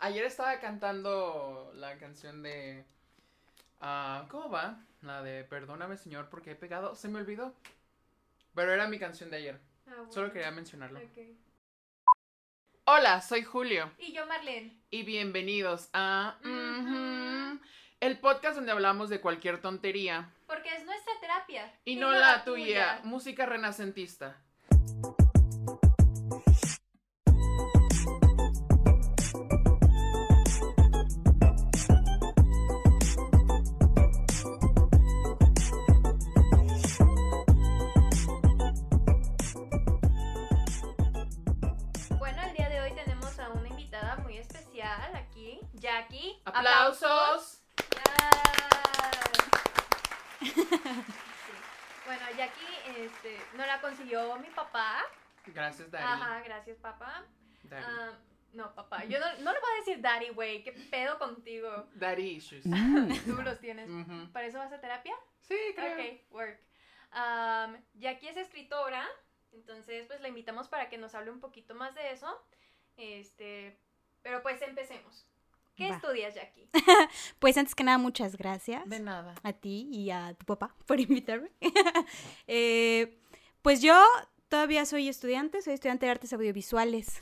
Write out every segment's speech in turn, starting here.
Ayer estaba cantando la canción de. ah, ¿Cómo va? La de Perdóname, señor, porque he pegado. Se me olvidó. Pero era mi canción de ayer. Ah, bueno. Solo quería mencionarla. Ok. Hola, soy Julio. Y yo, Marlene. y bienvenidos a Ujú. Ujú, el podcast donde hablamos de cualquier tontería Porque es nuestra terapia. y, no, la, tuya, música renacentista. Bueno, el día de hoy tenemos a una invitada muy especial aquí, Jackie. Aplausos. Yes. Sí. Bueno, Jackie este, no la consiguió mi papá. Gracias, Dari. Ajá, gracias, papá. Dari. Ah, no, papá, yo no, no le voy a decir daddy, güey. ¿Qué pedo contigo? Dari issues. Ah. Tú los tienes. Ujú. ¿Para eso vas a terapia? Sí, creo. Ok, work. Um, Jackie es escritora, entonces pues la invitamos para que nos hable un poquito más de eso. Este, pero pues empecemos. ¿Qué Va. estudias, Jackie? Pues antes que nada, muchas gracias De nada. a ti y a tu papá por invitarme. Eh, pues yo todavía soy estudiante, soy estudiante de artes audiovisuales,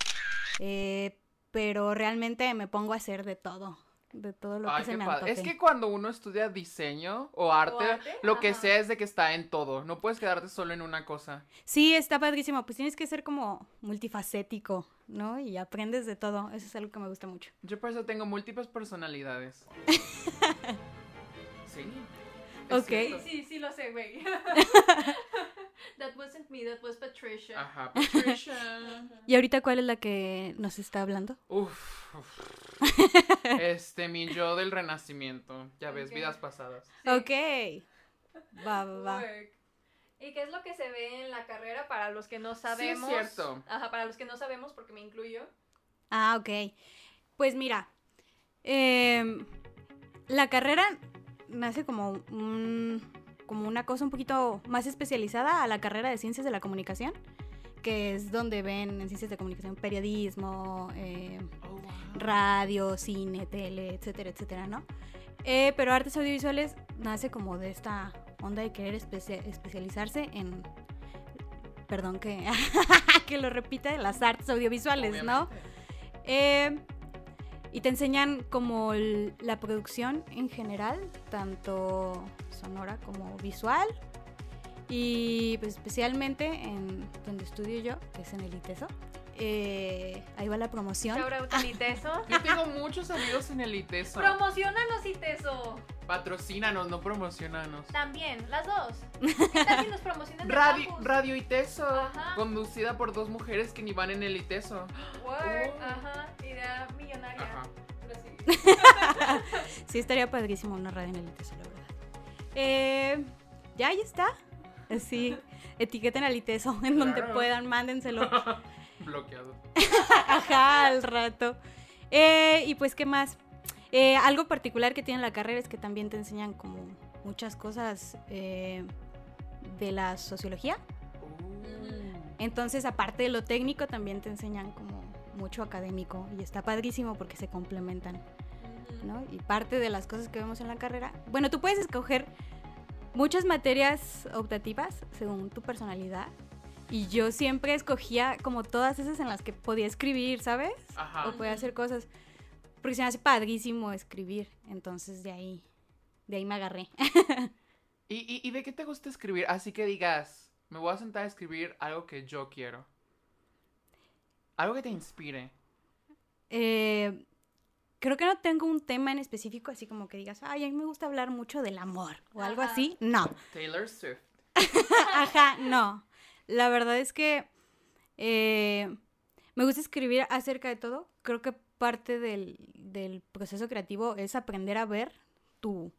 eh, pero realmente me pongo a hacer de todo, de todo lo Ay, que se qué me padre. antoje. Es que cuando uno estudia diseño o arte, arte, lo que ajá. sea es de que está en todo. No puedes quedarte solo en una cosa. Sí, está padrísimo, pues tienes que ser como multifacético, ¿no? Y aprendes de todo, eso es algo que me gusta mucho. Yo por eso tengo múltiples personalidades. sí. es Ok. Sí, cierto. sí, sí lo sé, güey. that wasn't me, that was Patricia. Ajá, Patricia. ¿Y ahorita cuál es la que nos está hablando? Uf. Este, mi yo del renacimiento. Ya ves, Ok. vidas pasadas. Sí. Ok, va, va, va. Work. ¿Y qué es lo que se ve en la carrera para los que no sabemos? cierto. Ajá, para los que no sabemos, porque me incluyo. Ah, ok. Pues mira, em, la carrera nace como, un- como una cosa un poquito más especializada a la carrera de ciencias de la comunicación, que es donde ven en ciencias de comunicación periodismo, em, Oh, radio, cine, tele, etcétera, etcétera, ¿no? Eh, pero artes audiovisuales nace como de esta onda de querer especia- especializarse en... Perdón que, que lo repita, de las artes audiovisuales, ¿no? Obviamente. Eh, y te enseñan como el- la producción en general, tanto sonora como visual. Y pues especialmente en donde estudio yo, que es en el ITESO. eh, ahí va la promoción. Laura Utaniteso. Yo tengo muchos amigos en el ITESO. Promocionanos, Iteso. Patrocínanos, no promocionanos. También, las dos. ¿Qué tal si nos promocionan del Radio, campus? Radio ITESO, Ajá. conducida por dos mujeres que ni van en el ITESO. Word, Oh. ajá, idea millonaria. Ajá. Pero sí. Sí, estaría padrísimo una radio en el ITESO, la verdad. Eh, ya ahí está. Sí, etiqueten al ITESO en donde Claro. puedan, mándenselo. Bloqueado. Ajá, al rato. Eh, y pues, ¿qué más? Eh, algo particular que tiene la carrera es que también te enseñan como muchas cosas eh, de la sociología. Mm. Entonces, aparte de lo técnico, también te enseñan como mucho académico. Y está padrísimo porque se complementan, ¿no? Y parte de las cosas que vemos en la carrera. Bueno, tú puedes escoger muchas materias optativas según tu personalidad. Y yo siempre escogía como todas esas en las que podía escribir, ¿sabes? Ajá. o puede Ujú. hacer cosas. Porque se me hace padrísimo escribir. Entonces de ahí, de ahí me agarré. ¿Y, y, y de qué te gusta escribir? Así que digas, me voy a sentar a escribir algo que yo quiero. Algo que te inspire. Eh, creo que no tengo un tema en específico, así como que digas, ay, a mí me gusta hablar mucho del amor o algo Ajá. así. No. Taylor Swift. Ajá, no. La verdad es que eh, me gusta escribir acerca de todo. Creo que parte del, del proceso creativo es aprender a ver tu,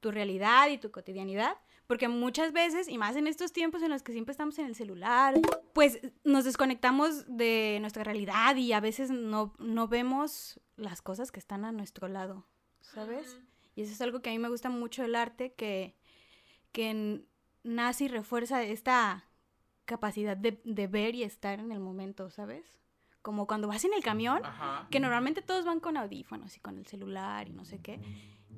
tu realidad y tu cotidianidad. Porque muchas veces, y más en estos tiempos en los que siempre estamos en el celular, pues nos desconectamos de nuestra realidad y a veces no, no vemos las cosas que están a nuestro lado, ¿sabes? Ujú. Y eso es algo que a mí me gusta mucho del arte, que, que n- nace y refuerza esta capacidad de, de ver y estar en el momento, ¿sabes? como cuando vas en el camión, Ajá. que normalmente todos van con audífonos y con el celular y no sé qué.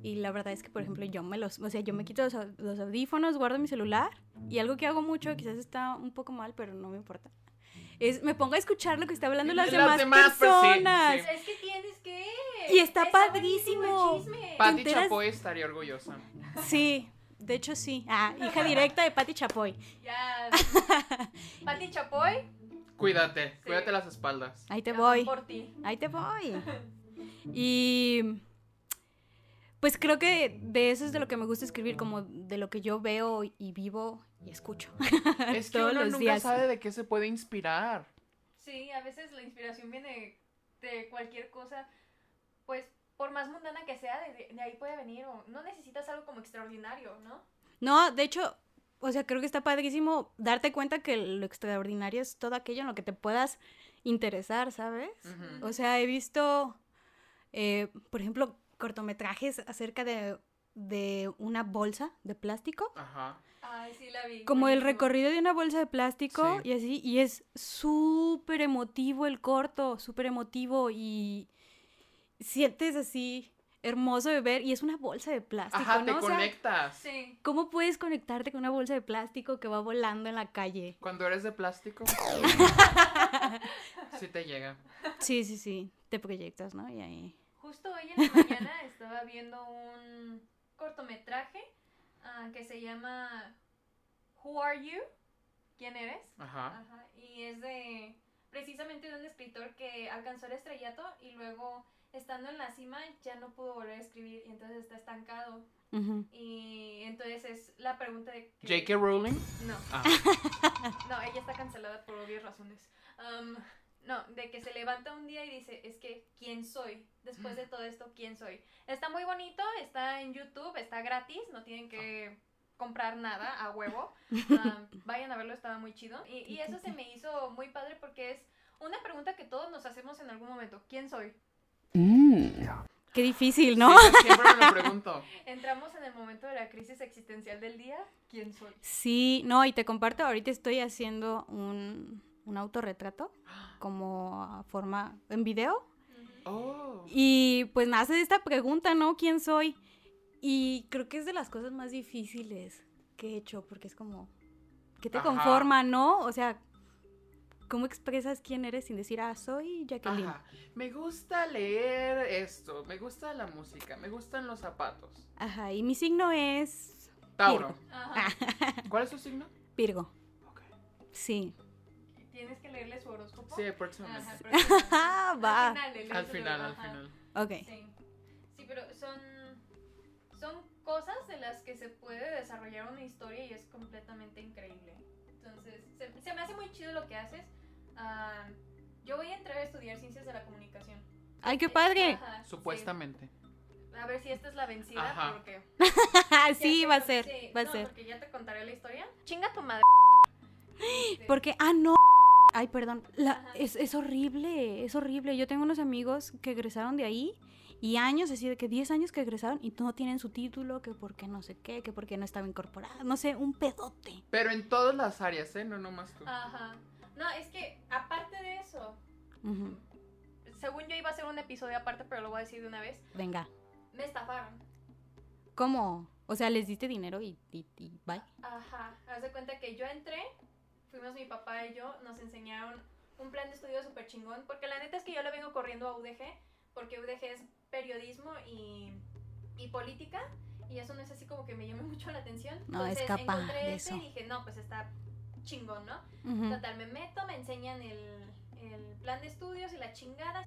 Y la verdad es que, por ejemplo, yo me los, o sea, yo me quito los, au- los audífonos, guardo mi celular y algo que hago mucho, quizás está un poco mal, pero no me importa. Es me pongo a escuchar lo que está hablando las, Las demás, demás, pues, sí, personas. sí. Es que tienes que. Y está buenísimo padrísimo. el chisme. Pa- Patti enteras- Chapoy estaría orgullosa. Sí, de hecho sí. Ah, hija directa de Patti Chapoy. Ya. Pati Chapoy. Cuídate, Sí. cuídate las espaldas. Ahí te ya voy. Por ti. Ahí te voy. Y pues creo que de eso es de lo que me gusta escribir, como de lo que yo veo y vivo y escucho. Es que Todos uno los nunca días. sabe de qué se puede inspirar. Sí, a veces la inspiración viene de cualquier cosa. Pues por más mundana que sea, de, de ahí puede venir. O no necesitas algo como extraordinario, ¿no? No, de hecho, o sea, creo que está padrísimo darte cuenta que lo extraordinario es todo aquello en lo que te puedas interesar, ¿sabes? Ujú. O sea, he visto, eh, por ejemplo, cortometrajes acerca de, de una bolsa de plástico. Ajá. Ay, sí, la vi. como el buenísimo. recorrido de una bolsa de plástico Sí. y así, y es súper emotivo el corto, súper emotivo y sientes así hermoso de ver y es una bolsa de plástico, Ajá, te ¿no? O sea, conectas. Sí. ¿cómo puedes conectarte con una bolsa de plástico que va volando en la calle? Cuando eres de plástico, sí te llega. Sí, sí, sí, te proyectas, ¿no? Y ahí... Justo hoy en la mañana estaba viendo un cortometraje ah, que se llama Who Are You? ¿Quién eres? Ajá. Ajá, Y es de precisamente de un escritor que alcanzó el estrellato y luego estando en la cima ya no pudo volver a escribir y entonces está estancado. ujú. Y entonces es la pregunta de... que- J.K. Rowling. No. Ah, No, ella está cancelada por obvias razones. Am, no, de que se levanta un día y dice, es que, ¿quién soy? Después de todo esto, ¿quién soy? Está muy bonito, está en YouTube, está gratis, no tienen que comprar nada a huevo. Am, vayan a verlo, estaba muy chido. Y, y eso se me hizo muy padre porque es una pregunta que todos nos hacemos en algún momento, ¿quién soy? Qué difícil, ¿no? sí, siempre me lo pregunto. Entramos en el momento de la crisis existencial del día, ¿quién soy? Sí, no, y te comparto, ahorita estoy haciendo un, un autorretrato como a forma en video Oh. Y pues nace de esta pregunta, ¿no? ¿Quién soy? Y creo que es de las cosas más difíciles que he hecho, porque es como, ¿qué te Ajá. conforma, no? O sea, ¿cómo expresas quién eres sin decir, ah, soy Jacqueline? Ajá. Ajá. Me gusta leer esto. Me gusta la música. Me gustan los zapatos. y mi signo es Tauro. Ajá. ¿Cuál es tu signo? Virgo. Ok. Sí. ¿Tienes que leerle su horóscopo? Sí, Ajá, próximamente. Ah, va. Al final, el Al libro, final, al ajá. final. Ok. Sí. Sí, pero son, son cosas de las que se puede desarrollar una historia y es completamente increíble. Entonces, se, se me hace muy chido lo que haces. Ah, yo voy a entrar a estudiar ciencias de la comunicación. ¡Ay, qué padre! Ajá, sí. Supuestamente. A ver si esta es la vencida, Ajá. porque... sí, Ya va a te- ser, sí, va a no, ser. porque ya te contaré la historia. Chinga tu madre. Este, Porque, ah, no. Ay, perdón. La- Ajá. es, es horrible, es horrible. Yo tengo unos amigos que egresaron de ahí y años, así de que 10 años que egresaron y no tienen su título, que porque no sé qué, que porque no estaba incorporada, no sé, un pedote. Pero en todas las áreas, ¿eh? No nomás Ah, tú. Ajá. No, es que aparte de eso, Ujú, según yo iba a hacer un episodio aparte, pero lo voy a decir de una vez, Venga, me estafaron. ¿cómo? O sea, les diste dinero y, y, y bye. Ajá, haz de cuenta que yo entré, fuimos mi papá y yo, nos enseñaron un plan de estudio súper chingón, porque la neta es que yo le vengo corriendo a UDG, porque UDG es periodismo y, y política, y eso no es así como que me llame mucho la atención. No, es Entonces, capaz encontré de este y eso. dije, no, pues está chingón, ¿no? Ujú. Total, me meto, me enseñan el, el plan de estudios y la chingada.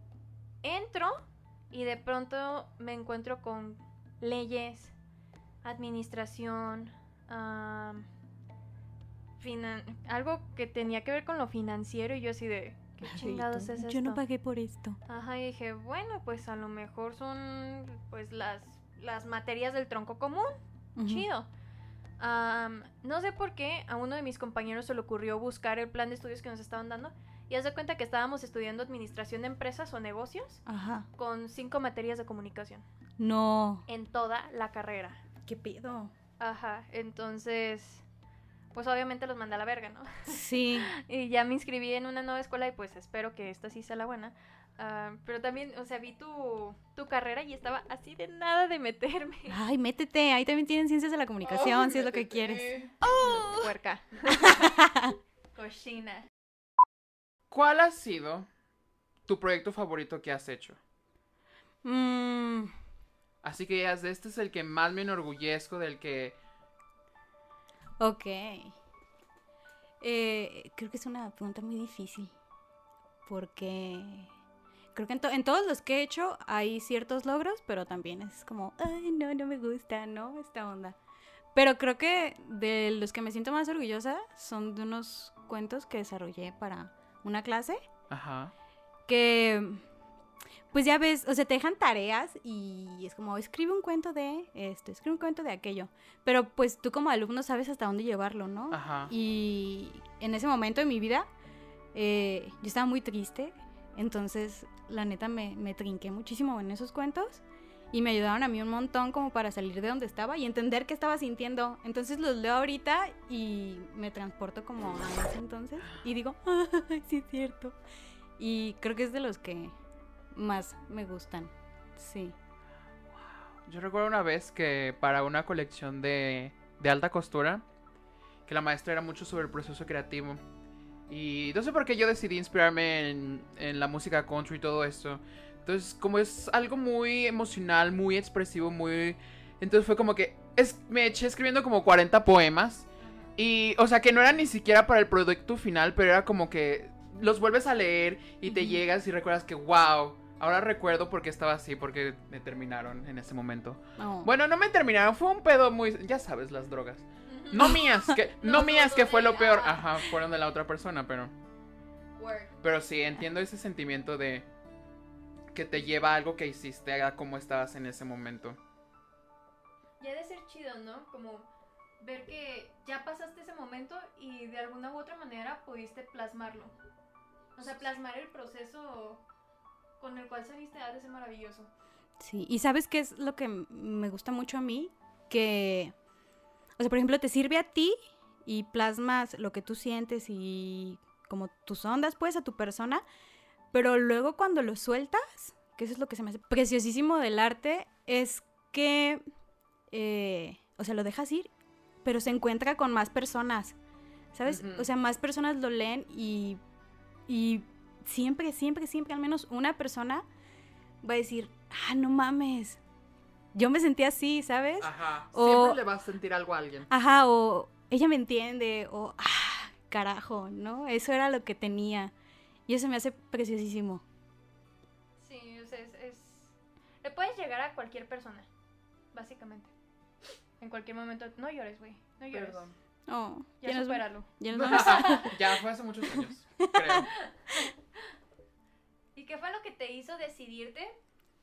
Entro y de pronto me encuentro con leyes, administración, am, finan- algo que tenía que ver con lo financiero y yo así de... ¿Qué chingados es Yo esto? no pagué por esto. Ajá, y dije, bueno, pues a lo mejor son pues las, las materias del tronco común Ujú. chido. Am, no sé por qué a uno de mis compañeros se le ocurrió buscar el plan de estudios que nos estaban dando y haz de cuenta que estábamos estudiando administración de empresas o negocios Ajá. con cinco materias de comunicación No. en toda la carrera. ¿Qué pedo? Ajá, entonces pues obviamente los mandé a la verga, ¿no? Sí. Y ya me inscribí en una nueva escuela y pues espero que esta sí sea la buena. Ah, pero también, o sea, vi tu, tu carrera y estaba así de nada de meterme. Ay, métete. Ahí también tienen ciencias de la comunicación, Ay, si es lo que métete. quieres. Puerca. Cochina. ¿Cuál ha sido tu proyecto favorito que has hecho? Mm, Así que digas, este es el que más me enorgullezco, del que... ok. Eh, creo que es una pregunta muy difícil. Porque creo que en, to- en todos los que he hecho hay ciertos logros, pero también es como, ay, no, no me gusta, ¿no? Esta onda. Pero creo que de los que me siento más orgullosa son de unos cuentos que desarrollé para una clase. Ajá. que pues ya ves, o sea, te dejan tareas y es como escribe un cuento de esto, escribe un cuento de aquello, pero pues tú como alumno sabes hasta dónde llevarlo, ¿no? Ajá. Y en ese momento de mi vida eh, yo estaba muy triste, entonces la neta me, me trinqué muchísimo en esos cuentos y me ayudaron a mí un montón como para salir de donde estaba y entender qué estaba sintiendo. Entonces los leo ahorita y me transporto como a ese entonces y digo, ay, sí es cierto. Y creo que es de los que más me gustan. Sí. Yo recuerdo una vez que para una colección de, de alta costura, que la maestra era mucho sobre el proceso creativo. Y no sé por qué yo decidí inspirarme en, en la música country y todo esto. Entonces, como es algo muy emocional, muy expresivo, muy... Entonces fue como que es, me eché escribiendo como 40 poemas. Y, o sea, que no era ni siquiera para el producto final, pero era como que los vuelves a leer y te Ujú. llegas y recuerdas que, wow, ahora recuerdo por qué estaba así, porque me terminaron en ese momento. Oh. Bueno, no me terminaron, fue un pedo muy... Ya sabes, las drogas. No mías, que, no, No, mías, no, que no fue de- lo peor. ah. Ajá, fueron de la otra persona, pero... Work. Pero sí, entiendo ese sentimiento de... Que te lleva a algo que hiciste, a cómo estabas en ese momento. Ya ha de ser chido, ¿no? Como ver que ya pasaste ese momento y de alguna u otra manera pudiste plasmarlo. O sea, plasmar el proceso con el cual saliste ha de ser maravilloso. Sí, y sabes qué es lo que m- me gusta mucho a mí, que, o sea, por ejemplo, te sirve a ti y plasmas lo que tú sientes y como tus ondas, pues, a tu persona, pero luego cuando lo sueltas, que eso es lo que se me hace preciosísimo del arte, es que, eh, o sea, lo dejas ir, pero se encuentra con más personas, ¿sabes? Ujú. O sea, más personas lo leen y, y siempre, siempre, siempre, al menos una persona va a decir, ah, no mames, yo me sentí así, ¿sabes? Ajá. O- Siempre le vas a sentir algo a alguien. Ajá, o ella me entiende, o ah, carajo, ¿no? Eso era lo que tenía. Y eso me hace preciosísimo. Sí, o sea, es, es- Le puedes llegar a cualquier persona, básicamente. En cualquier momento. No llores, güey. No llores. Perdón. Oh, Ya, nos, supéralo. ya nos vamos. ya fue hace muchos años, creo. ¿Y qué fue lo que te hizo decidirte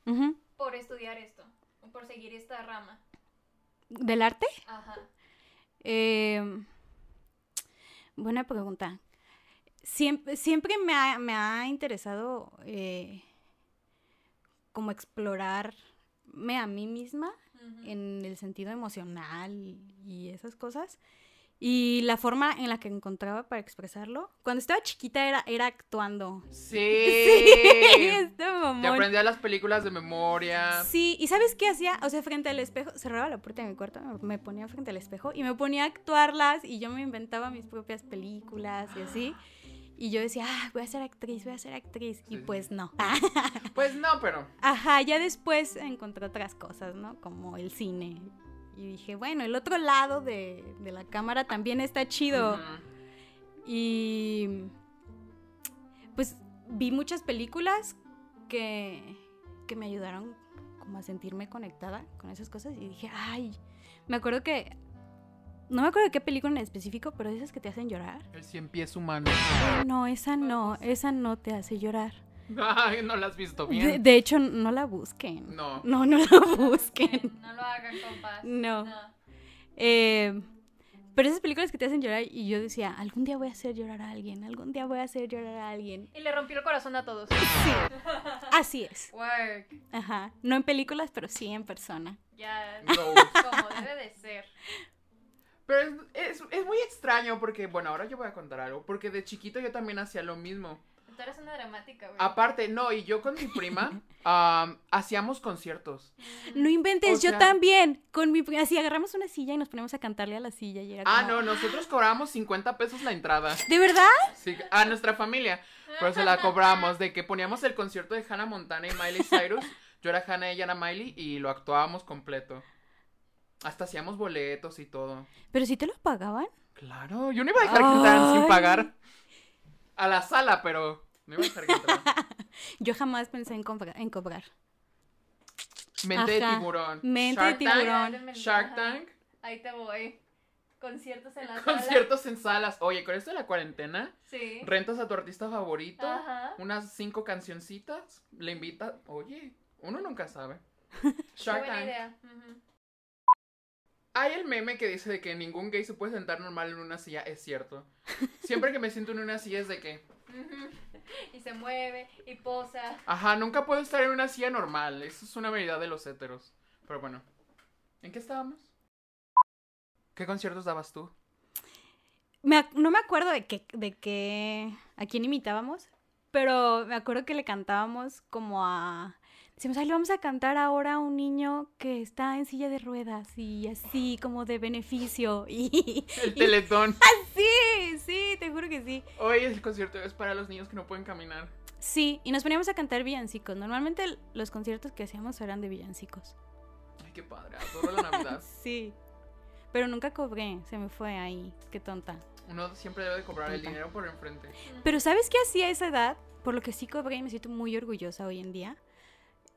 Ujú. por estudiar esto? O por seguir esta rama. ¿Del arte? Ajá. Eh, buena pregunta. Siempre, siempre me, ha, me ha interesado eh, como explorarme a mí misma Ujú. en el sentido emocional y esas cosas. Y la forma en la que encontraba para expresarlo. Cuando estaba chiquita era, era actuando. Sí. Está Te mamón. aprendí a las películas de memoria. Sí, ¿y sabes qué hacía? O sea, frente al espejo, cerraba la puerta de mi cuarto, me- me ponía frente al espejo y me ponía a actuarlas y yo me inventaba mis propias películas y así. Y yo decía, ah, voy a ser actriz, voy a ser actriz. Ah. Sí, Y sí. pues no. Pues no, pero. Ajá, ya después encontré otras cosas, ¿no? Como el cine. Y dije, bueno, el otro lado de, de la cámara también está chido. Ujú. Y pues vi muchas películas que, que me ayudaron como a sentirme conectada con esas cosas y dije, ay, me acuerdo que, no me acuerdo de qué película en específico, pero de esas que te hacen llorar. El cien pies humano. No, esa no, esa no te hace llorar. Ay, no la has visto De, bien. de hecho, no la busquen. No. No, no la busquen. No lo hagan, compas. No. Eh, pero esas películas que te hacen llorar y yo decía, algún día voy a hacer llorar a alguien, algún día voy a hacer llorar a alguien. Y le rompió el corazón a todos. Así es. Work. Ajá. No en películas, pero sí en persona. Ya. Go. Como debe de ser. Pero es, es, es muy extraño porque, bueno, ahora yo voy a contar algo. Porque de chiquito yo también hacía lo mismo. Tú eres una dramática, güey. Aparte, no, y yo con mi prima am, hacíamos conciertos. No inventes, O yo sea- también. Con mi, así agarramos una silla y nos ponemos a cantarle a la silla. Y era Ah, como, no, nosotros cobrábamos 50 pesos la entrada. ¿De verdad? Sí, a nuestra familia. Por eso pues la cobramos. De que poníamos el concierto de Hannah Montana y Miley Cyrus. Yo era Hannah, ella era Miley. Y lo actuábamos completo. Hasta hacíamos boletos y todo. Pero si te lo pagaban. Claro, yo no iba a dejar que entraran sin Ay. pagar. A la sala, pero no iba a dejar que entraran. Yo jamás pensé en, compra- en cobrar. Mente de Ajá. tiburón. Mente de Shark Tank, tiburón. Shark Tank. Ahí te voy. Conciertos en la sala. Conciertos en salas. Oye, con esto de la cuarentena, Sí. rentas a tu artista favorito, Ajá. unas cinco cancioncitas, le invitas. Oye, uno nunca sabe. Qué Shark buena Tank. idea. Ujú. Hay el meme que dice de que ningún gay se puede sentar normal en una silla, es cierto. Siempre que me siento en una silla es de que, Ujú. Y se mueve y posa. ajá, nunca puedo estar en una silla normal. Eso es una verdad de los héteros. Pero bueno, ¿en qué estábamos? ¿Qué conciertos dabas tú? Me ac- no me acuerdo de qué, de qué, a quién imitábamos, pero me acuerdo que le cantábamos como a... Decimos, ay, le vamos a cantar ahora a un niño que está en silla de ruedas y así como de beneficio. Y El teletón. sí, sí, te juro que sí. Hoy el concierto es para los niños que no pueden caminar. Sí, y nos poníamos a cantar villancicos. Normalmente l- los conciertos que hacíamos eran de villancicos. Ay, qué padre, adoro la Navidad. Sí. Pero nunca cobré, se me fue ahí, qué tonta. Uno siempre debe de cobrar el Tonta. dinero por enfrente. Pero ¿sabes qué hacía a esa edad? Por lo que sí cobré y me siento muy orgullosa hoy en día.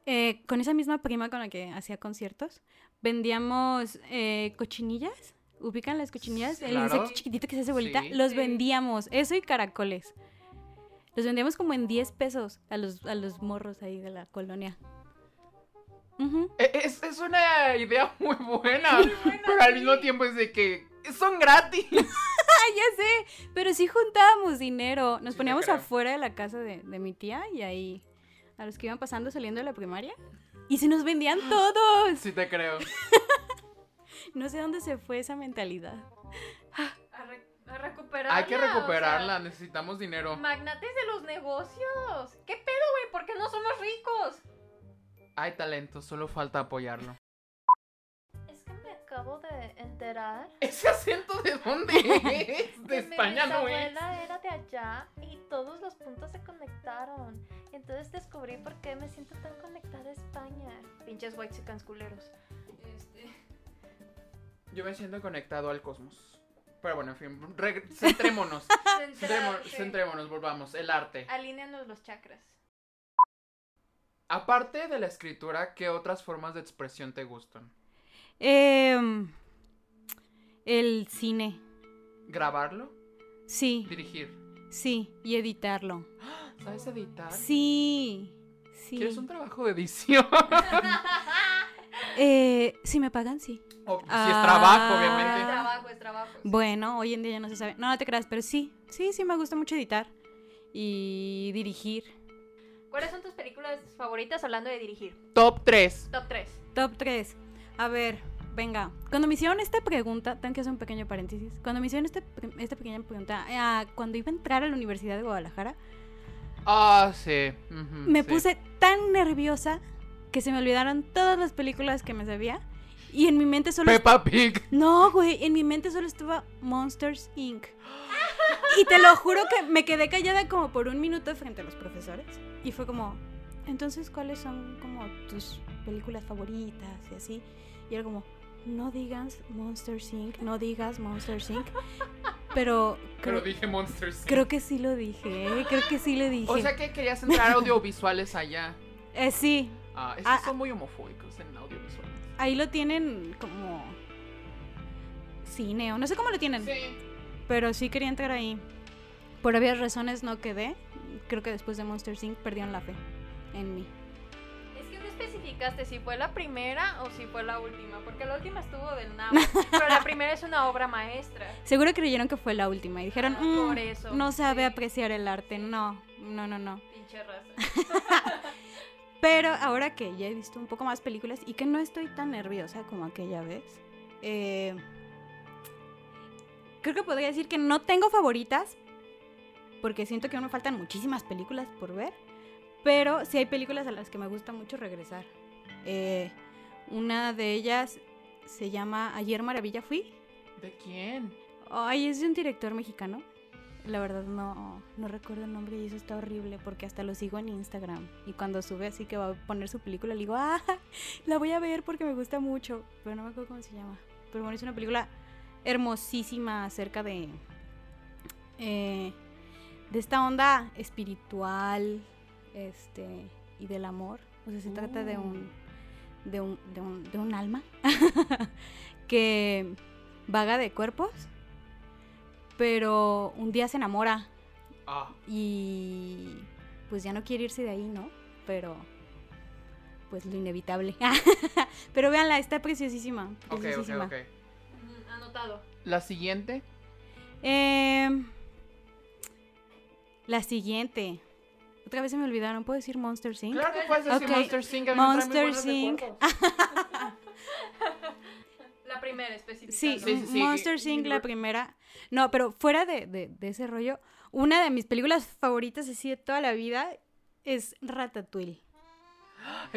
Eh, con esa misma prima con la que hacía conciertos, vendíamos eh, cochinillas. ¿Ubican las cochinillas? El Claro. insecto chiquitito que se hace bolita. Sí. Los Sí. vendíamos. Eso y caracoles. Los vendíamos como en 10 pesos a los, a los morros ahí de la colonia. Ujú. E- Es, es una idea muy buena, pero al mismo tiempo es de que son gratis. ¡Ay, ya sé! Pero sí juntábamos dinero. Nos Sí te poníamos creo. afuera de la casa de, de mi tía y ahí a los que iban pasando saliendo de la primaria. Y se nos vendían todos. Sí te creo. No sé dónde se fue esa mentalidad. A, re- a recuperarla. Hay que o sea, recuperarla, necesitamos dinero. magnates de los negocios. ¿Qué pedo, güey? ¿Por qué no somos ricos? Hay talento, solo falta apoyarlo. Es que me acabo de enterar. ¿Ese acento de dónde es? De que España mi no es. bisabuela era de allá y todos los puntos se conectaron. Entonces descubrí por qué me siento tan conectada a España. Pinches white culeros. Este. Yo me siento conectado al cosmos. Pero bueno, en fin, reg- centrémonos. Centrémo- Centrémonos, volvamos. El arte. Alíneanos los chakras. Aparte de la escritura, ¿qué otras formas de expresión te gustan? Em, el cine. ¿Grabarlo? Sí, ¿Dirigir? sí. Y editarlo. ¿Sabes Ah. editar? Sí. Sí. ¿Quieres un trabajo de edición? Eh, si me pagan, sí. O, si es Ah. trabajo, Es obviamente. trabajo, es trabajo. Bueno, hoy en día ya no se sabe. No, no te creas, pero sí. Sí, sí, me gusta mucho editar. Y dirigir. ¿Cuáles son tus películas favoritas hablando de dirigir? Top 3. Top 3. Top 3. A ver, venga. Cuando me hicieron esta pregunta, tengo que hacer un pequeño paréntesis. Cuando me hicieron este pre- esta pequeña pregunta, eh, ah, cuando iba a entrar a la Universidad de Guadalajara, Ah, sí. ujú, me sí. puse tan nerviosa que se me olvidaron todas las películas que me sabía. Y en mi mente solo... est- Peppa Pig. No, güey, en mi mente solo estuvo Monsters Inc. Y te lo juro que me quedé callada como por un minuto frente a los profesores. Y fue como, entonces, ¿cuáles son como tus películas favoritas y así? Y era como, no digas Monster Inc., no digas Monster Inc. Pero Pero creo, dije Monsters. Inc. creo que sí lo dije, ¿eh? creo que sí lo dije. O sea que querías entrar a audiovisuales allá. Eh, sí, Ah, esos Ah, son muy homofóbicos en audiovisuales. ahí lo tienen como cine o no sé cómo lo tienen. Sí. pero sí quería entrar ahí. Por obvias razones no quedé. Creo que después de Monster Inc. perdieron la fe en mí. Es que no especificaste si fue la primera o si fue la última, porque la última estuvo del nabo, pero la primera es una obra maestra. Seguro creyeron que fue la última y dijeron, Ah, por "Mm, eso, no sabe sí. apreciar el arte, no, no, no, no. Pinche raza. Pero ahora que ya he visto un poco más películas y que no estoy tan nerviosa como aquella vez, eh, creo que podría decir que no tengo favoritas, porque siento que aún me faltan muchísimas películas por ver, pero sí hay películas a las que me gusta mucho regresar. Eh, una de ellas se llama Ayer Maravilla Fui. ¿De quién? Ay, es de un director mexicano. La verdad no, no recuerdo el nombre y eso está horrible porque hasta lo sigo en Instagram. Y cuando sube así que va a poner su película, le digo, ah, la voy a ver porque me gusta mucho. Pero no me acuerdo cómo se llama. Pero bueno, es una película hermosísima acerca de... eh, de esta onda espiritual este, y del amor. O sea, se trata de un, de un, de un, de un alma que vaga de cuerpos, pero un día se enamora Ah, y pues ya no quiere irse de ahí, ¿no? Pero pues lo inevitable. pero véanla, está preciosísima. ok, ok, preciosísima. ok. Ujú, Anotado. La siguiente. Em, la siguiente. Otra vez se me olvidaron, ¿puedo decir Monster Inc? Claro que puedes decir Ok, Monster Inc. a mí me trae muy Monster buenos Inc. recuerdos. La primera específica. Sí, Sí, sí, sí. Monster Inc. la primera. No, pero fuera de, de- de ese rollo, una de mis películas favoritas así de toda la vida es Ratatouille.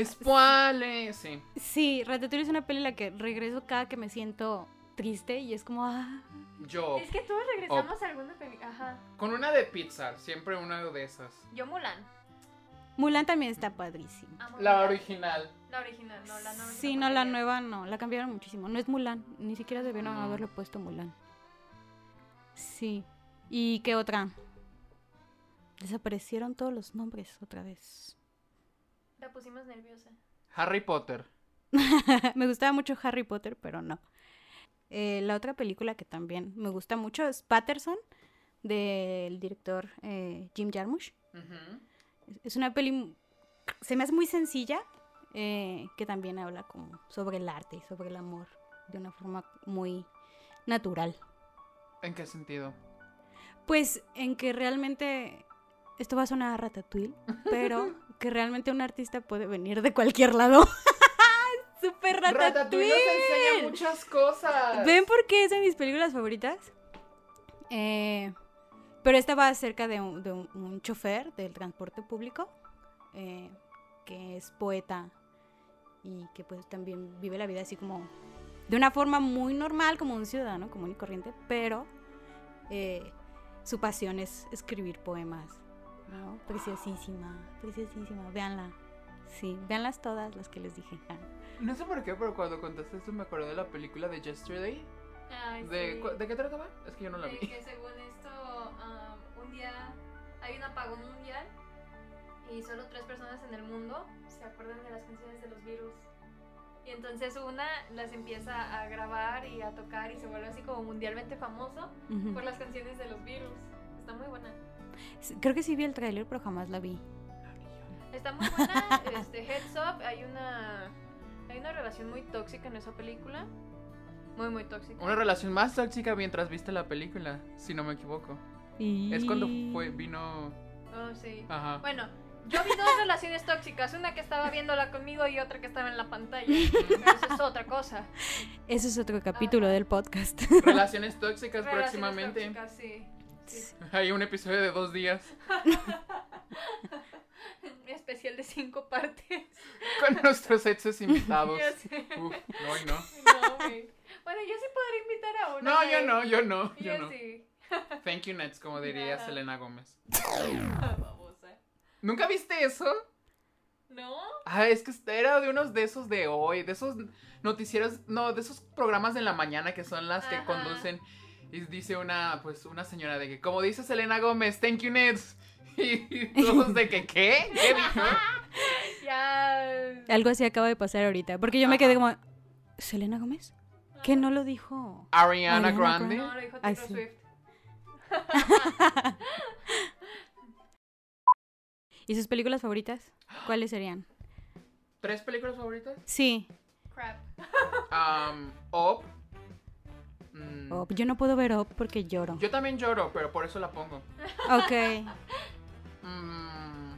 Spoiler, sí. Sí, Ratatouille es una peli en la que regreso cada que me siento triste y es como, ah, Yo. Es que todos regresamos a alguna película. Ajá. Con una de Pixar, siempre una de esas. Yo Mulan. Mulan también está padrísima. Amo La Ah, Mulan. original. La original, Ah, no la nueva. Sí, no, la nueva no, la cambiaron muchísimo. No es Mulan, ni siquiera debieron Ah. No. haberle puesto Mulan. Sí. ¿Y qué otra? Desaparecieron todos los nombres otra vez. La pusimos nerviosa. Harry Potter. me gustaba mucho Harry Potter, pero no. Eh, la otra película que también me gusta mucho es Patterson, del director eh, Jim Jarmusch. Ujú. Es una peli, mu- se me hace muy sencilla, eh, que también habla como sobre el arte y sobre el amor de una forma muy natural. ¿En qué sentido? Pues en que realmente, esto va a sonar a ratatouille, pero que realmente un artista puede venir de cualquier lado. ¡Súper ratatouille! nos enseña muchas cosas. ¿Ven por qué es de mis películas favoritas? Eh, pero esta va acerca de un, de un- un chofer del transporte público eh, que es poeta y que pues también vive la vida así como de una forma muy normal como un ciudadano común y corriente, pero eh, su pasión es escribir poemas. ¿no? Preciosísima, preciosísima. Véanla. Sí, véanlas todas las que les dije. Ah. No sé por qué, pero cuando contaste esto me acordé de la película de Yesterday. Ay, ¿De, sí. cu- ¿de qué trataba? Es que yo no la De vi. que según esto, am, un día hay un apagón mundial y solo tres personas en el mundo se acuerdan de las canciones de los virus. Y entonces una las empieza a grabar y a tocar y se vuelve así como mundialmente famoso Ujú. por las canciones de los virus. Está muy buena. Creo que sí vi el tráiler, pero jamás la vi. Está muy buena. este, Heads Up, hay una, hay una relación muy tóxica en esa película. Muy, muy tóxica. Una relación más tóxica mientras viste la película, si no me equivoco. Es cuando fue, vino. Oh, sí. Ajá. Bueno, yo vi dos relaciones tóxicas, una que estaba viéndola conmigo y otra que estaba en la pantalla. Pero eso es otra cosa. Eso es otro capítulo del podcast. Relaciones tóxicas Relaciones próximamente. tóxicas, sí. Sí. Hay un episodio de dos días Mi especial de cinco partes. con nuestros exes invitados. Ya sé. Uf, no, hoy no. No, güey. Bueno, yo sí podría invitar a uno. No, güey. yo no, yo no, Yo, yo no. sí. Thank you, Nets, como diría Nada. Selena Gómez. Ah, babosa. ¿Nunca viste eso? ¿No? Ah, es que era de unos de esos de hoy, de esos noticieros, no, de esos programas de la mañana que son las que Ajá. conducen. Y dice una, pues, una señora de que, como dice Selena Gómez, thank you, Nets. Y todos de que, ¿qué? ¿Qué dijo? Ya. Algo así acaba de pasar ahorita. Porque yo me Ajá. quedé como. ¿Selena Gómez? ¿Qué no lo dijo? Ariana Ariana Grande. No, lo dijo Ay, Taylor sí. Swift. ¿Y sus películas favoritas? ¿Cuáles serían? ¿Tres películas favoritas? Sí. Crap. Um, Up. Mm, Up. Oh, pues Yo no puedo ver Up porque lloro. Yo también lloro, pero por eso la pongo. Ok. Mm,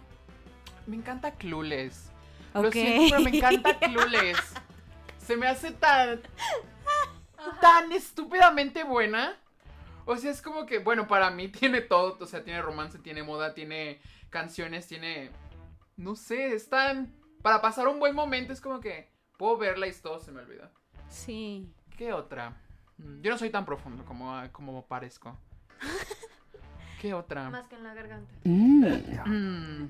me encanta Clueless. Lo Ok. siento, pero me encanta Clueless. Se me hace tan. tan estúpidamente buena. O sea, es como que, bueno, para mí tiene todo. O sea, tiene romance, tiene moda, tiene canciones, tiene. No sé, es tan. Para pasar un buen momento es como que. Puedo verla y todo se me olvida. Sí. ¿Qué otra? Mm, Yo no soy tan profundo como, ah, como parezco. ¿Qué otra? Más que en la garganta. Mm,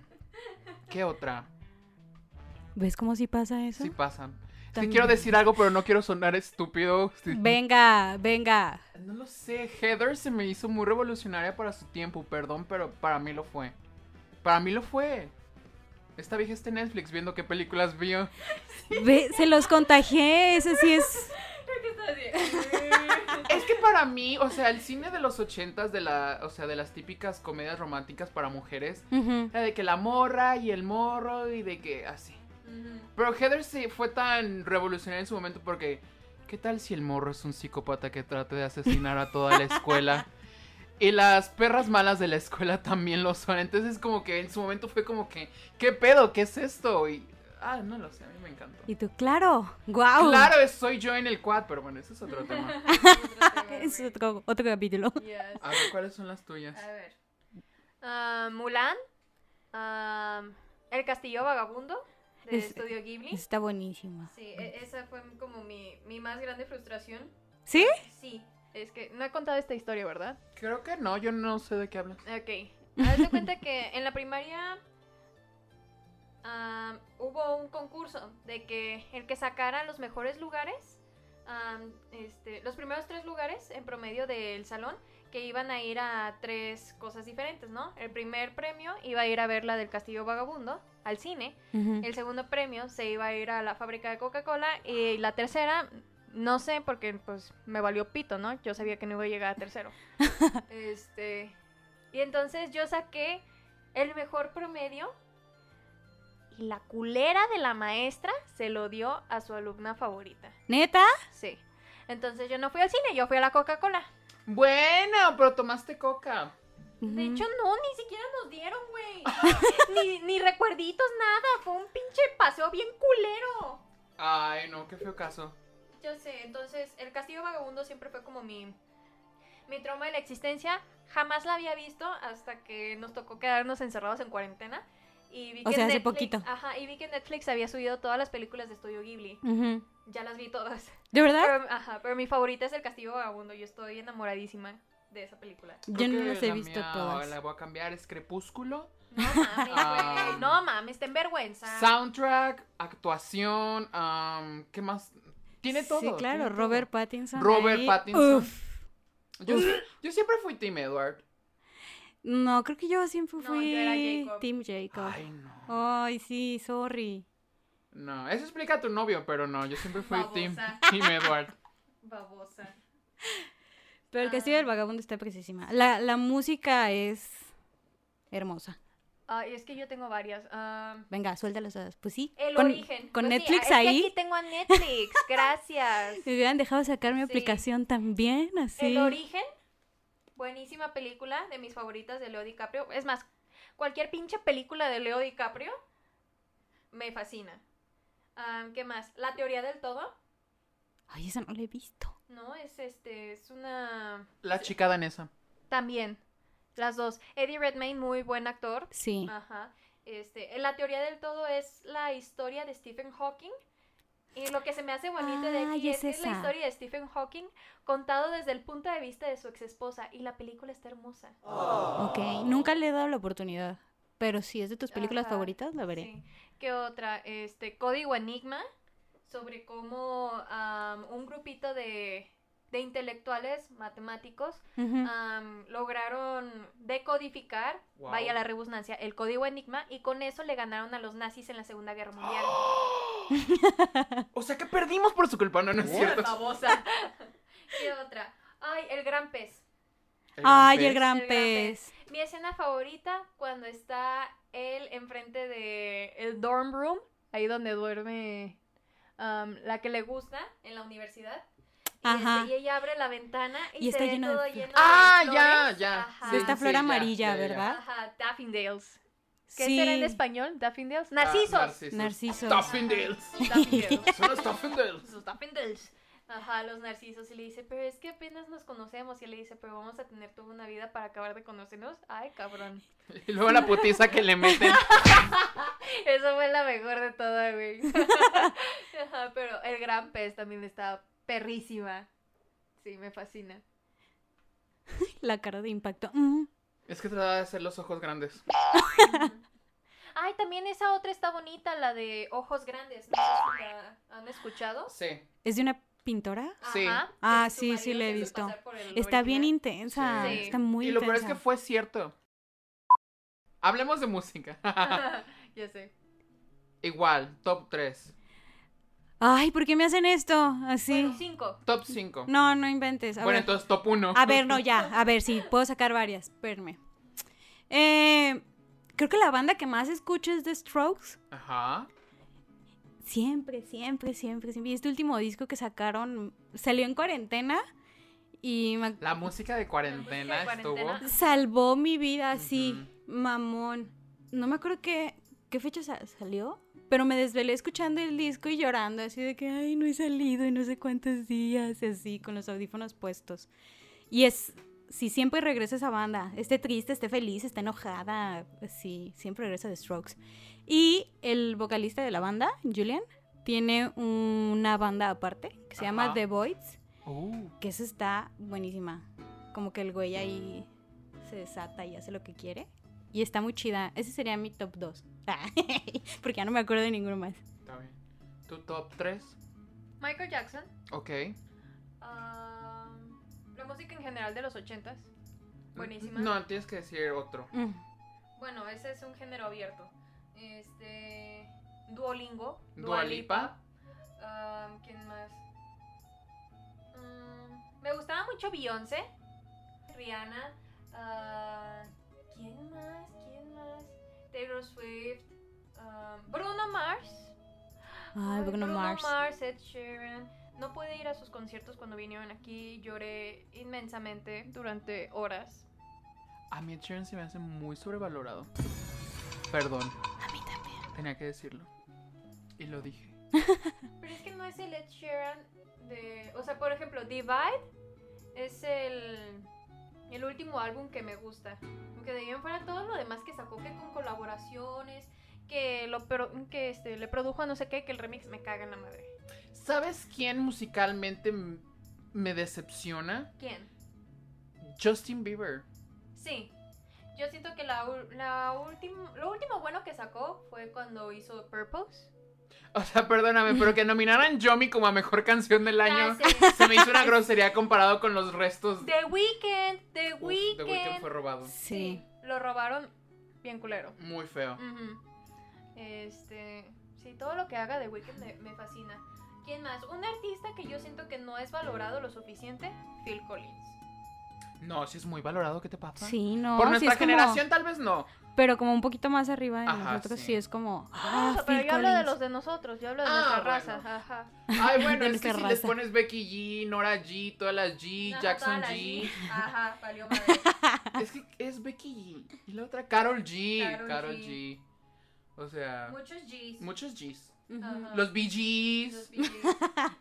¿Qué otra? ¿Ves cómo sí pasa eso? Sí pasa. Es que También. quiero decir algo, pero no quiero sonar estúpido. Sí. Venga, venga. No lo sé, Heather se me hizo muy revolucionaria para su tiempo, perdón, pero para mí lo fue. Para mí lo fue. Esta vieja está en Netflix viendo qué películas vio. Ve, se los contagié, ese sí es. Creo que estás bien. Es que para mí, o sea, el cine de los ochentas, de la, o sea, de las típicas comedias románticas para mujeres, Ujú. era de que la morra y el morro y de que así. Ujú. Pero Heather se fue tan revolucionaria en su momento porque ¿qué tal si el morro es un psicópata que trate de asesinar a toda la escuela? Y las perras malas de la escuela también lo son. Entonces como que en su momento fue como que ¿qué pedo? ¿Qué es esto? Y ah, no lo sé, a mí me encantó. Y tú, claro, guau. Claro, es- soy yo en el quad, pero bueno, ese es otro tema. Es Es otro otro, otro capítulo. tema, güey. Yes. A ver, ¿cuáles son las tuyas? A ver. Ah, Mulan. Ah, El Castillo Vagabundo. De Es- Estudio Ghibli. Está buenísima. Sí, e- esa fue como mi, mi más grande frustración. ¿Sí? Sí, es que no he contado esta historia, ¿verdad? Creo que no, yo no sé de qué hablas. Ok. Haz de cuenta que en la primaria am, hubo un concurso de que el que sacara los mejores lugares, am, este, los primeros tres lugares en promedio del salón, que iban a ir a tres cosas diferentes, ¿no? El primer premio iba a ir a ver la del Castillo Vagabundo al cine. Ujú. El segundo premio se iba a ir a la fábrica de Coca-Cola y la tercera, no sé, porque pues me valió pito, ¿no? Yo sabía que no iba a llegar a tercero. este, y entonces yo saqué el mejor promedio y la culera de la maestra se lo dio a su alumna favorita. ¿Neta? Sí. Entonces yo no fui al cine, yo fui a la Coca-Cola. Bueno, pero tomaste coca. De Ujú. hecho, no, ni siquiera nos dieron, güey. ni, ni recuerditos, nada. Fue un pinche paseo bien culero. Ay, no, qué feo caso. Yo sé, entonces el Castillo Vagabundo siempre fue como mi, mi trauma de la existencia. Jamás la había visto hasta que nos tocó quedarnos encerrados en cuarentena. Y vi O que sea, hace Netflix- poquito. Ajá, y vi que Netflix había subido todas las películas de Estudio Ghibli. Ujú. Ya las vi todas. ¿De verdad? Pero, ajá, pero mi favorita es El Castillo Vagabundo. Yo estoy enamoradísima de esa película. Yo Creo no que las he la visto mía, todas. La voy a cambiar, es Crepúsculo. No mames, Ah. güey. No mames, te envergüenza. Soundtrack, actuación, am, ¿qué más? Tiene todo. Sí, claro, tiene todo. Robert Pattinson. Robert ahí. Pattinson. Uf. Yo, yo siempre fui Tim Edward. No, creo que yo siempre No, yo fui era Jacob. Team Jacob. Ay. Ay, no. sí, sorry. No, eso explica a tu novio, pero no, yo siempre fui Babosa. Tim, Tim Edward. Babosa. Pero el castillo Ah. del vagabundo está precisísima. La, la música es hermosa. Ay, es que yo tengo varias. Ah, Venga, suéltalas todas. Pues sí. El con, origen. Con Pues sí, Netflix es que ahí. aquí tengo a Netflix, gracias. Me hubieran dejado sacar mi Sí. aplicación también, así. El origen, buenísima película de mis favoritas de Leo DiCaprio. Es más, cualquier pinche película de Leo DiCaprio me fascina. Ah, ¿Qué más? La teoría del todo, Ay, esa no la he visto. ¿no? Es este, es una La chica danesa. también las dos. Eddie Redmayne, muy buen actor. Sí. Ajá. Este, la teoría del todo es la historia de Stephen Hawking. Y lo que se me hace bonito de Ay, aquí es es, que es la esa. historia de Stephen Hawking contado desde el punto de vista de su exesposa. Y la película está hermosa. Ah. Ok. Nunca le he dado la oportunidad. Pero si es de tus películas Ajá, favoritas, la veré. Sí. ¿Qué otra? Este, Código Enigma, sobre cómo am, un grupito de, de intelectuales matemáticos Ujú. am, lograron decodificar, Wow. vaya la redundancia, el Código Enigma y con eso le ganaron a los nazis en la Segunda Guerra Mundial. O sea que perdimos por su culpa, no, no es cierto. babosa. ¿Qué otra? Ay, el gran pez. El Ay, el pez. gran El gran pez. Mi escena favorita cuando está él enfrente de el dorm room, ahí donde duerme um, la que le gusta en la universidad. Y, Ajá. este, y ella abre la ventana y, Y está se ve lleno de todo flores. lleno de Ah, ya, flores. ya. Ajá. De esta flor ya, ya, amarilla, ya. ¿verdad? Ajá, daffodils. ¿Qué Sí. será en español? Ah, Daffodils. Narcisos. narcisos. Narcisos. Daffodales. Daffodils. Son los Daffodales. Los daffodils. Ajá, los narcisos. Y le dice, pero es que apenas nos conocemos. Y él le dice, pero vamos a tener toda una vida para acabar de conocernos. Ay, cabrón. Y luego la putiza que le meten. Eso fue la mejor de toda, güey. Ajá, pero el gran pez también está perrísima. Sí, me fascina. La cara de impacto. Mm. Es que trataba de hacer los ojos grandes. Ay, también esa otra está bonita, la de ojos grandes. ¿No sé si la han escuchado? Sí. ¿Es de una pintora? Sí. Ajá, Ah, que su sí, marido sí la he se hace visto. pasar por el Está bien original. intensa. Sí. Está muy y lo peor es que intensa. fue cierto. Hablemos de música. ya sé. Igual, top 3. Ay, ¿por qué me hacen esto? Así. Bueno, cinco. Top 5. No, no inventes. A bueno, ver. entonces top 1. A ver, no, ya. A ver, sí, puedo sacar varias. Espérame. Eh, creo que la banda que más escucho es The Strokes. Ajá. Siempre, siempre, siempre, siempre. Y este último disco que sacaron salió en cuarentena y me ac- La música de cuarentena, La música de cuarentena. salvó mi vida así, Ujú. mamón. No me acuerdo qué, qué fecha sa- salió, pero me desvelé escuchando el disco y llorando así de que, ay, no he salido en no sé cuántos días, y así, con los audífonos puestos. Y es, si siempre regresa esa banda, esté triste, esté feliz, esté enojada, sí, siempre regresa The Strokes. Y el vocalista de la banda, Julian, tiene una banda aparte que se llama Ajá. The Voids, estuvo. Uh, que esa está buenísima. Como que el güey ahí se desata y hace lo que quiere. Y está muy chida. Ese sería mi top 2. Porque ya no me acuerdo de ninguno más. está bien. Tu top 3. Michael Jackson. Ok. ah, la música en general de los ochentas. Buenísima. Mm, No, tienes que decir otro. Mm. Bueno, ese es un género abierto. Este. Duolingo. Dua Lipa. Dua Lipa. Um, ¿Quién más? Mm, me gustaba mucho Beyoncé. Rihanna. ah, ¿Quién más? ¿Quién más? Taylor Swift. um, Bruno Mars. Ay, Bruno Mars. Ed Sheeran. No pude ir a sus conciertos cuando vinieron aquí. Lloré inmensamente durante horas. A mí Ed Sheeran se me hace muy sobrevalorado. Perdón, A mí también. tenía que decirlo. Y lo dije. Pero es que no es el Ed Sheeran de... O sea, por ejemplo, Divide es el, el último álbum que me gusta. Aunque de ahí en fuera todo lo demás que sacó, que con colaboraciones, que, lo, pro- que este, le produjo a no sé qué, que el remix me caga en la madre. ¿Sabes quién musicalmente m- me decepciona? ¿Quién? Justin Bieber. Sí. Yo siento que la, ul- la ultim- lo último bueno que sacó fue cuando hizo Purpose. O sea, perdóname, pero que nominaran Yomi como a mejor canción del año Gracias. se me hizo una grosería comparado con los restos. The Weeknd, The Uf, Weeknd. The Weeknd fue robado. Sí. Lo robaron bien culero. Muy feo. Ujú. Este, sí, todo lo que haga de Weeknd me, me fascina. ¿Quién más? Un artista que yo siento que no es valorado lo suficiente, Phil Collins. No, si es muy valorado, ¿qué te pasa? Sí, no. Por sí nuestra es como- generación tal vez no. pero como un poquito más arriba de Ajá, nosotros, sí. sí. es como. Ah, Ah, pero Phil yo hablo de Collins. los de nosotros, yo hablo de Ah, nuestra bueno. raza. Ajá. Ay, bueno, De es que nuestra si les raza. pones Becky G, Nora G, todas las G, Ajá, Jackson toda la G. Ajá, valió madre. Es que es Becky G. Y la otra, Carol G. Karol Carol G. G. O sea, Muchos G's. muchos Gs. Ujú. Ajá. Los Bee Los Gees. Bee Gees.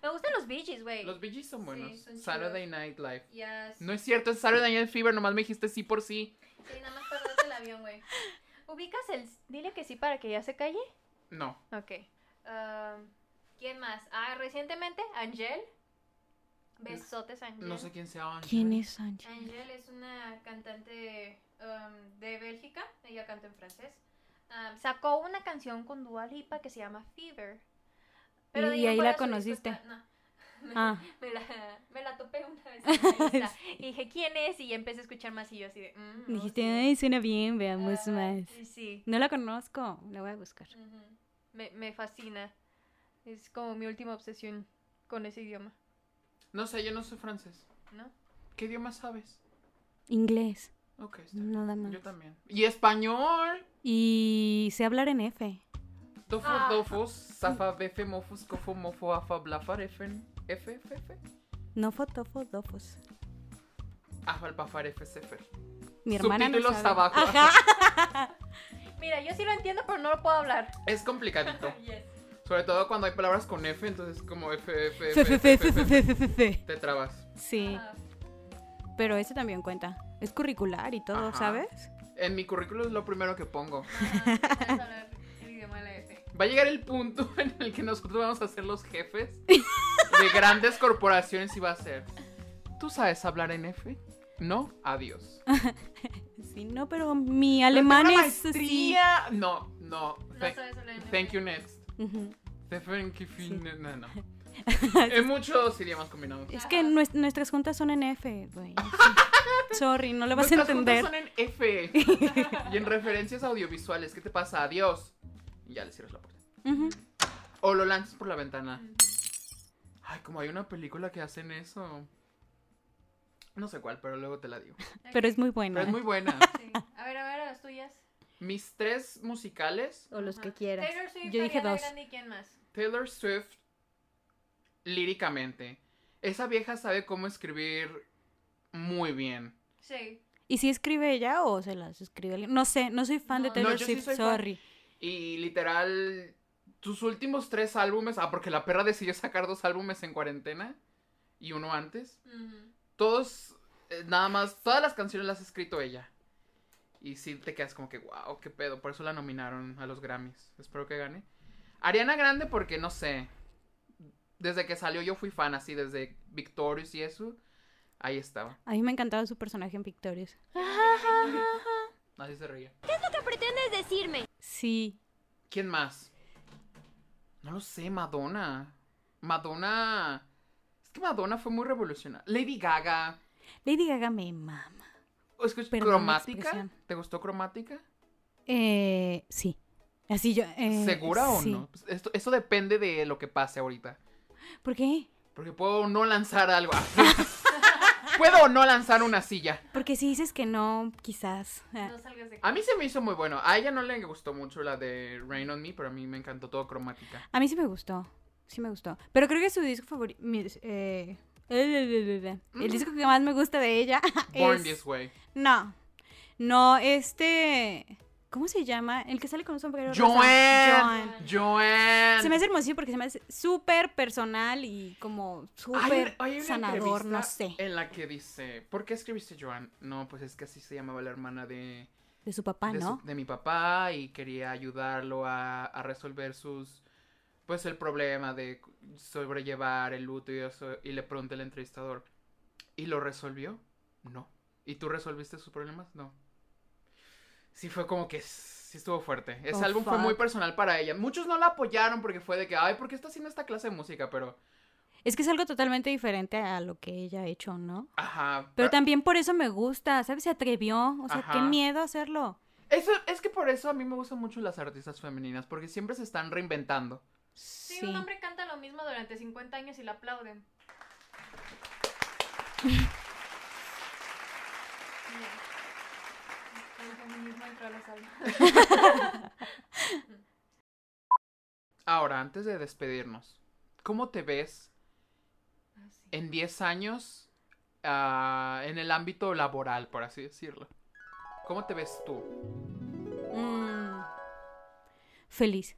Me gustan los Bee Gees, güey. Los Bee Gees son buenos. son chidos. Saturday Night Live. Yes. No es cierto, es Saturday Night Fever. Nomás me dijiste sí por sí. Sí, nada más perderte el avión, güey. ¿Ubicas el... Dile que sí para que ya se calle? No. Ok. Ah, ¿Quién más? Ah, recientemente, Angel. Besotes, Angel. No sé quién sea Angel. ¿Quién es Sánchez? Angel es una cantante um, de Bélgica. Ella canta en francés. Ah, sacó una canción con Dua Lipa que se llama Fever. Y- de y en ahí fuera la su disco conociste. está- no. Me, Ah. me la, me la topé una vez en una lista. Y dije, ¿quién es? Y empecé a escuchar más y yo así de... mm, oh, Dijiste, sí. ay, suena bien, veamos Ah, más. Sí. No la conozco, la voy a buscar. Ujú. me, me fascina. Es como mi última obsesión con ese idioma, No sé, yo no soy francés. ¿no? ¿Qué idioma sabes? Inglés, Ok, está bien. nada más. Yo también. ¿Y español? Y sé hablar en F. Dofus, Ah. dofus, zafa, befe, mofus, cofu, mofo, afa, blafar, efen, efe, efe, efe. No fotofos, dofos. Afal, pafar, efe, sefer. Mi hermana no Subtítulos sabe. abajo. Ajá. Mira, yo sí lo entiendo, pero no lo puedo hablar. Ah, Es complicadito. Sobre todo cuando hay palabras con F, entonces como F, F, F, Fe, fe, F, fe, F, fe, F, fe, fe, fe, fe. te trabas. Sí, Ajá. pero ese también cuenta. Es curricular y todo, Ajá. ¿sabes? En mi currículum es lo primero que pongo. Ajá, empiezas a hablar el idioma de la F. Va a llegar el punto en el que nosotros vamos a ser los jefes de grandes corporaciones y va a ser. ¿Tú sabes hablar en F? No, adiós. Sí, no, pero mi alemán Pero tengo una es así. maestría. No, no. No Thank- sabes hablar en Thank F. you next. Ujú. The Thank you fin- No, no. en muchos idiomas combinados. Es que Ajá. nues- nuestras juntas son en F, güey. Sorry, no le vas a Nuestras entender. juntas son en F. y en referencias audiovisuales. ¿Qué te pasa? Adiós. Y ya le cierras la puerta. Ujú. O lo lanzas por la ventana. Ujú. Ay, como hay una película que hacen eso. No sé cuál, pero luego te la digo. Pero es muy Pero buena. es muy buena. Sí. A ver, a ver, a las tuyas. Mis tres musicales, O los Ajá. que quieras. Taylor Swift, Yo dije Ariana dos. Grande, ¿y quién más? Taylor Swift, líricamente. Esa vieja sabe cómo escribir muy bien. Sí. ¿Y si escribe ella o se las escribe alguien? No sé, no soy fan de No, Taylor yo sí Swift, soy fan. sorry. Y literal, tus últimos tres álbumes, ah, porque la perra decidió sacar dos álbumes en cuarentena y uno antes. Ujú. Todos, eh, nada más, todas las canciones las ha escrito ella. Y sí te quedas como que, wow, qué pedo. Por eso la nominaron a los Grammys. Espero que gane. Ariana Grande, porque no sé. Desde que salió yo fui fan, así, desde Victorious y eso. Ahí estaba. A mí me encantaba su personaje en Victorious. Nadie se reía. Sí, ¿Quién más? No lo sé, Madonna. Madonna. Es que Madonna fue muy revolucionaria. Lady Gaga. Lady Gaga me mama. ¿O es que es Perdón la cromática? expresión. ¿Te gustó cromática? Eh, sí. Así yo. eh, ¿Segura o sí. no? Pues Esto, eso depende de lo que pase ahorita. ¿Por qué? Porque puedo no lanzar algo. puedo o no lanzar una silla. Porque si dices que no, quizás. Ah, No salgas de A mí se me hizo muy bueno. A ella no le gustó mucho la de Rain on Me, pero a mí me encantó todo cromática. A mí sí me gustó. Sí me gustó. Pero creo que su disco favorito. eh, Mm. el disco que más me gusta de ella Born Ah, es. This Way. No. No, este. ¿Cómo se llama? El que sale con un sombrero. rosa. Joanne. Joan. Joanne. Se me hace hermosillo porque se me hace súper personal y como Hay, súper hay una sanador, entrevista no sé. En la que dice, ¿por qué escribiste Joan? No, pues es que así se llamaba la hermana de, De su papá, de, su- ¿no? de mi papá y quería ayudarlo a, a resolver sus, pues el problema de sobrellevar el luto y eso. Y le pregunté al entrevistador, ¿y lo resolvió? No. ¿Y tú resolviste sus problemas? No. Sí fue como que sí estuvo fuerte. Ese Oh, álbum fue muy fuck. personal para ella. Muchos no la apoyaron porque fue de que, ay, ¿por qué está haciendo esta clase de música? Pero, Es que es algo totalmente diferente a lo que ella ha hecho, ¿no? ajá. Pero también por eso me gusta, ¿sabes? Se atrevió. O sea, qué Ah. Ajá. miedo hacerlo. Eso, es que por eso a mí me gustan mucho las artistas femeninas, porque siempre se están reinventando. Sí, Sí. un hombre canta lo mismo durante 50 años y le aplauden. Mira, el feminismo entró a la sala. Ahora, antes de despedirnos, ¿cómo te ves Ah, sí. en 10 años ah, en el ámbito laboral, por así decirlo? ¿Cómo te ves tú? Mm. Feliz.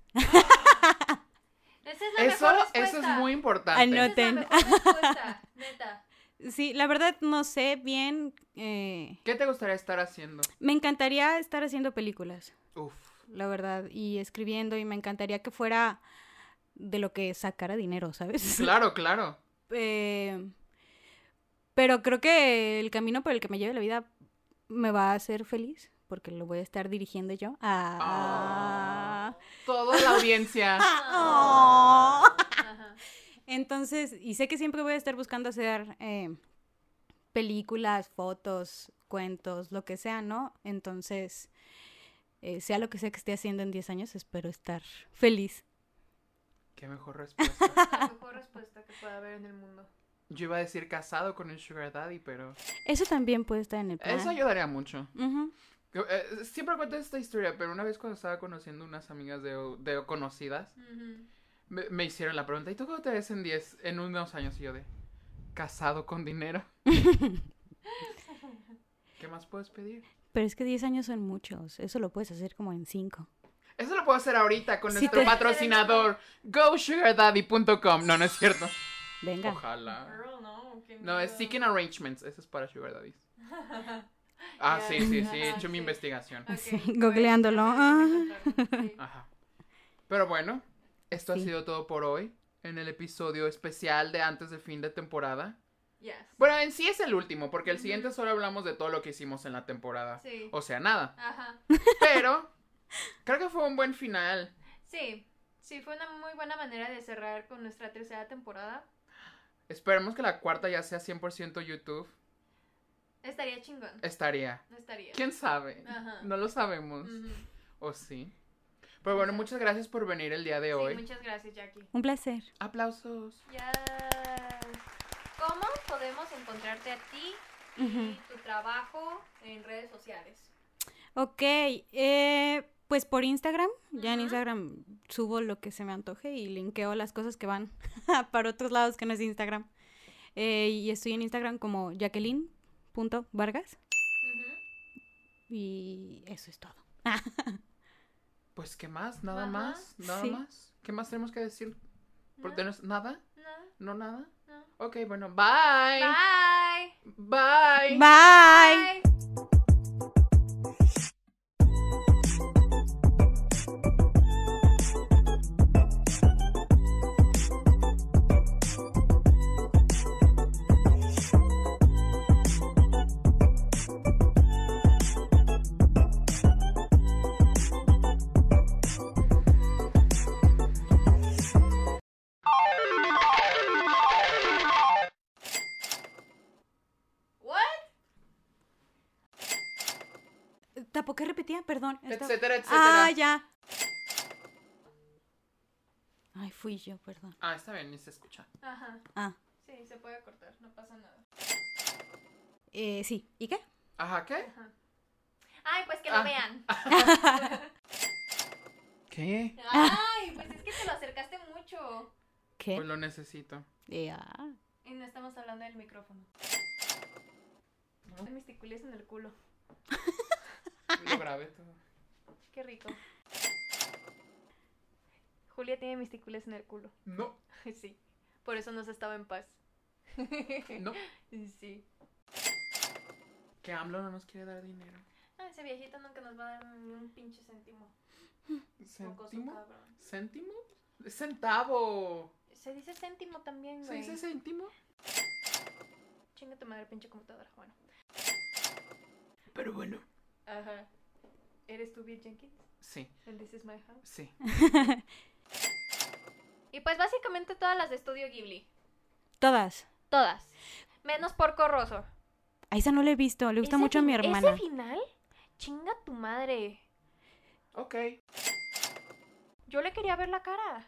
Esa es la Eso, mejor eso es respuesta. muy importante. Ay, no. Esa es la Noten. mejor respuesta, neta. Sí, la verdad no sé bien. eh, ¿Qué te gustaría estar haciendo? Me encantaría estar haciendo películas, Uf. la verdad, y escribiendo, y me encantaría que fuera de lo que sacara dinero, ¿sabes? Claro, claro. Eh, pero creo que el camino por el que me lleve la vida me va a hacer feliz, porque lo voy a estar dirigiendo yo. Ah. Toda la audiencia. Oh. Ajá. Entonces, y sé que siempre voy a estar buscando hacer eh, películas, fotos, cuentos, lo que sea, ¿no? Entonces, eh, sea lo que sea que esté haciendo en 10 años, espero estar feliz. Qué mejor respuesta. La mejor respuesta que pueda haber en el mundo. Yo iba a decir casado con un sugar daddy, pero Eso también puede estar en el plan. eso ayudaría mucho. Ujú. Yo, eh, siempre cuento esta historia, pero una vez cuando estaba conociendo unas amigas de, de conocidas, Ujú. me, me hicieron la pregunta, ¿y tú cómo te ves en 10, en unos años? Y yo de, casado con dinero. ¿Qué más puedes pedir? Pero es que 10 años son muchos, eso lo puedes hacer como en 5. Eso lo puedo hacer ahorita con Si nuestro te- patrocinador GoSugarDaddy.com. No, no es cierto. Venga. Ojalá. Girl, no. qué No, es miedo. Seeking Arrangements. Eso es para Sugar Daddies. Ah, Ya, sí, sí, sí. ajá, He hecho mi sí. investigación. Ok, Sí, bueno, googleándolo, ah. sí. Ajá. Pero bueno, esto ha Sí. sido todo por hoy. En el episodio especial de antes del fin de temporada. Yes. Bueno, en sí es el último, porque el Ujú. siguiente solo hablamos de todo lo que hicimos en la temporada. Sí. O sea, nada. Ajá. Pero creo que fue un buen final. Sí, sí, fue una muy buena manera de cerrar con nuestra tercera temporada. Esperemos que la cuarta ya sea 100% YouTube. Estaría chingón. Estaría. No estaría. ¿Quién sabe? Ajá. No lo sabemos. Ujú. ¿O sí? Pero bueno, Exacto. muchas gracias por venir el día de Sí, hoy. muchas gracias, Jackie. Un placer. Aplausos. Yes. ¿Cómo podemos encontrarte a ti y Ujú. tu trabajo en redes sociales? Ok, eh, pues por Instagram, ya en Ujú. Instagram subo lo que se me antoje y linkeo las cosas que van para otros lados que no es Instagram. Eh, y estoy en Instagram como Jacqueline.vargas Ujú. y eso es todo. Pues, ¿qué más? ¿Nada Ajá. más? ¿Nada Sí. más? ¿Qué más tenemos que decir? ¿Por de ¿No? nos- ¿Nada? ¿No ¿No? nada? ¿No? Ok, bueno, bye. Bye. Bye. Bye. Bye. What? ¿Tampoco qué repetía? Perdón. estaba- Etcétera, etcétera. Ah, ya. Ay, fui yo, perdón. ah, está bien, ni se escucha. Ajá. Ah, Sí, se puede cortar, no pasa nada. eh, sí. ¿Y qué? Ajá, ¿qué? Ajá. Ay, pues que lo Ah. vean. ¿Qué? Ay, pues es que te lo acercaste mucho. ¿Qué? Pues lo necesito. Eh, ah. Y no estamos hablando del micrófono. Mis ticules en el culo. Lo grabé todo. Qué rico. Julia tiene mis ticules en el culo. No, Sí. Por eso nos estaba en paz. no. Sí. Que AMLO no nos quiere dar dinero. Ah, ese viejito nunca nos va a dar ni un pinche céntimo. Mocoso ¿Céntimo? cabrón. ¿Céntimo? Centavo. Se dice céntimo también, ¿Se güey. dice céntimo? Chinga tu madre, pinche computadora. Bueno. Pero bueno. Ajá. ¿Eres tú, Bill Jenkins? Sí, And this is my house. sí. Y pues básicamente todas las de Estudio Ghibli. Todas. Todas. Menos Porco Rosso. A esa no la he visto. Le gusta mucho a mi hermana. ¿Ese final? Chinga tu madre. Ok. Yo le quería ver la cara.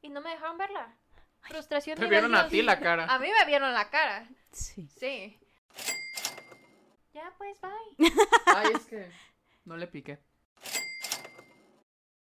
Y no me dejaron verla. Frustración Te de vieron a Dios. ti la cara. A mí me vieron la cara. Sí. Sí. Ya pues, bye. Ay, es que no le piqué.